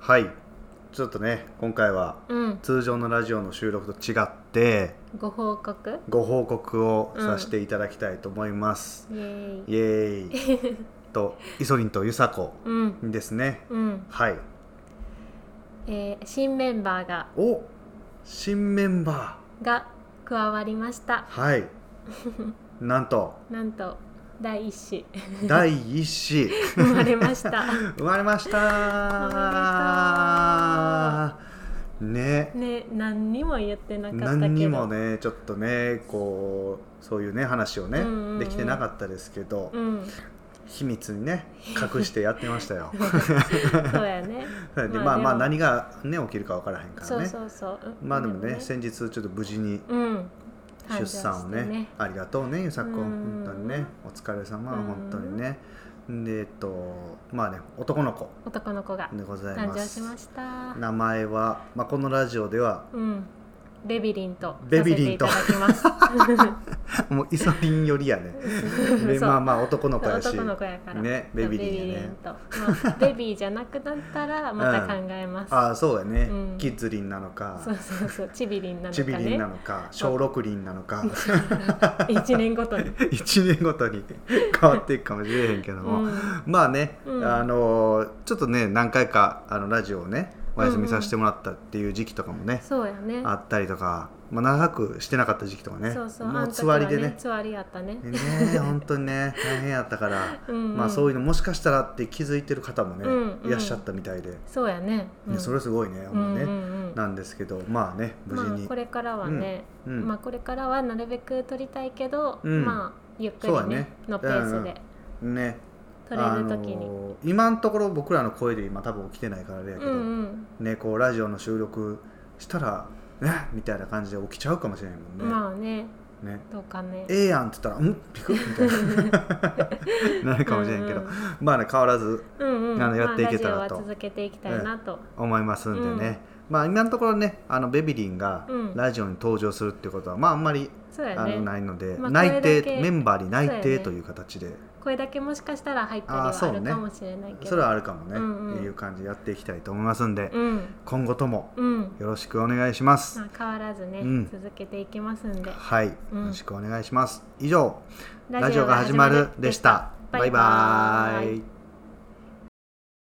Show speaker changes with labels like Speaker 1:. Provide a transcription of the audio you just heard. Speaker 1: はいちょっとね今回は
Speaker 2: うん
Speaker 1: 通常のラジオの収録と違って
Speaker 2: ご報告
Speaker 1: ご報告をさせていただきたいと思います、
Speaker 2: イエーイ
Speaker 1: イエー イとイソリンとユサコ
Speaker 2: うん
Speaker 1: ですね
Speaker 2: うん
Speaker 1: はい
Speaker 2: えー新メンバーが
Speaker 1: お新メンバ
Speaker 2: が加わりました
Speaker 1: ー はいなんと
Speaker 2: なんと第一子
Speaker 1: 第一子
Speaker 2: 生まれ ました
Speaker 1: 生まれました
Speaker 2: 生
Speaker 1: ね
Speaker 2: ね何にも言ってなかったけど
Speaker 1: 何にもねちょっとねこうそういうね話をね、
Speaker 2: うんうんうん
Speaker 1: できてなかったですけど、
Speaker 2: うん
Speaker 1: 秘密にね隠してやってましたよ
Speaker 2: そう やね
Speaker 1: でまあ
Speaker 2: ま
Speaker 1: まあ
Speaker 2: あでも
Speaker 1: 何がね起きるかわからへんからね
Speaker 2: そうそうそううん
Speaker 1: まあでもね先日ちょっと無事に
Speaker 2: うん
Speaker 1: 出産をね,、
Speaker 2: 誕生して
Speaker 1: ありがとうねゆさこ
Speaker 2: うん
Speaker 1: 本当にねお疲れ様
Speaker 2: うん
Speaker 1: 本当にねでえっとまあね男の子
Speaker 2: 男の子が
Speaker 1: でござい
Speaker 2: 誕
Speaker 1: ま
Speaker 2: 生
Speaker 1: す
Speaker 2: しました
Speaker 1: 名前は、まあ、このラジオでは
Speaker 2: うんベビリンと
Speaker 1: ベビリンと
Speaker 2: させていただきます
Speaker 1: もうイソリンよりやねで
Speaker 2: そう
Speaker 1: まあまあ男の子やし
Speaker 2: 男の子やから
Speaker 1: ねベビリンやね
Speaker 2: ベビリンと、まあ、ベビーじゃなくなったらまた考えます、
Speaker 1: ああそうやね、
Speaker 2: うん
Speaker 1: キッズリンなのか
Speaker 2: そうそうそうチビリンなのか
Speaker 1: チビリンな
Speaker 2: ね
Speaker 1: のか小六輪なのか
Speaker 2: 一年ご とに、
Speaker 1: 1年ごとに変わっていくかもしれへんけど
Speaker 2: う
Speaker 1: も、
Speaker 2: ん、
Speaker 1: まあね、
Speaker 2: うん
Speaker 1: あのーちょっとね何回かあのラジオをねお休みさせてもらったっていう時期とかもね、
Speaker 2: そうやね
Speaker 1: あったりとか、まあ、長くしてなかった時期とかね
Speaker 2: そうそう
Speaker 1: も
Speaker 2: あ
Speaker 1: うん
Speaker 2: 時
Speaker 1: つ
Speaker 2: は
Speaker 1: わりでね
Speaker 2: つわりやったね
Speaker 1: ね本当にね大変やったから。
Speaker 2: うん、うん、
Speaker 1: まあそう
Speaker 2: う
Speaker 1: いうのもしかしたらって気づいてる方もね、
Speaker 2: うんうん
Speaker 1: いらっしゃったみたいで、ね
Speaker 2: そうやね、うん、
Speaker 1: それすごいね、ほ
Speaker 2: うんん
Speaker 1: とね
Speaker 2: うんうん
Speaker 1: なんですけどまあね無事
Speaker 2: まあ
Speaker 1: に、
Speaker 2: これからはね、
Speaker 1: うん
Speaker 2: まあこれからはなるべく撮りたいけど、
Speaker 1: うん
Speaker 2: まあゆっくり
Speaker 1: そうや
Speaker 2: ね
Speaker 1: ね
Speaker 2: のペースで
Speaker 1: ね
Speaker 2: 撮れる時に、
Speaker 1: あのー今のところ僕らの声で今多分起きてないからあれやけ
Speaker 2: う
Speaker 1: ど、
Speaker 2: んうん、
Speaker 1: ねこうラジオの収録したらねみたいな感じで起きちゃうかもしれないもんね,、
Speaker 2: まあね
Speaker 1: ね
Speaker 2: どうかね
Speaker 1: ええやんって言ったら「んピク?」みたい ななるかもしれんけど、
Speaker 2: うんうん
Speaker 1: まあね変わらず
Speaker 2: うんうん、
Speaker 1: あのやっていけた
Speaker 2: まあ
Speaker 1: ら
Speaker 2: ラジ
Speaker 1: と
Speaker 2: オは続けていきたいなと、
Speaker 1: 思いますんでね、まあ今のところねあのベビリンが
Speaker 2: うん
Speaker 1: ラジオに登場するってことは、まああんまり
Speaker 2: そうや
Speaker 1: あの
Speaker 2: ね
Speaker 1: ないので、
Speaker 2: まあ
Speaker 1: 内
Speaker 2: これだ
Speaker 1: 定
Speaker 2: け
Speaker 1: メンバーに内
Speaker 2: そうや
Speaker 1: 定
Speaker 2: ね
Speaker 1: という形で
Speaker 2: これだけもしかしたら入ったり
Speaker 1: あー
Speaker 2: は
Speaker 1: そう
Speaker 2: あ
Speaker 1: ね
Speaker 2: るかもしれないけど
Speaker 1: それはあるかもね、
Speaker 2: うんうん
Speaker 1: っていう感じでやっていきたいと思いますんで、
Speaker 2: うん
Speaker 1: 今後とも
Speaker 2: うん、
Speaker 1: よろしくお願いします、
Speaker 2: まあ、変わらずね、
Speaker 1: うん
Speaker 2: 続けていきますんで
Speaker 1: はい、
Speaker 2: うん
Speaker 1: よろしくお願いします以上ラジオが始まるでしたバイバーイ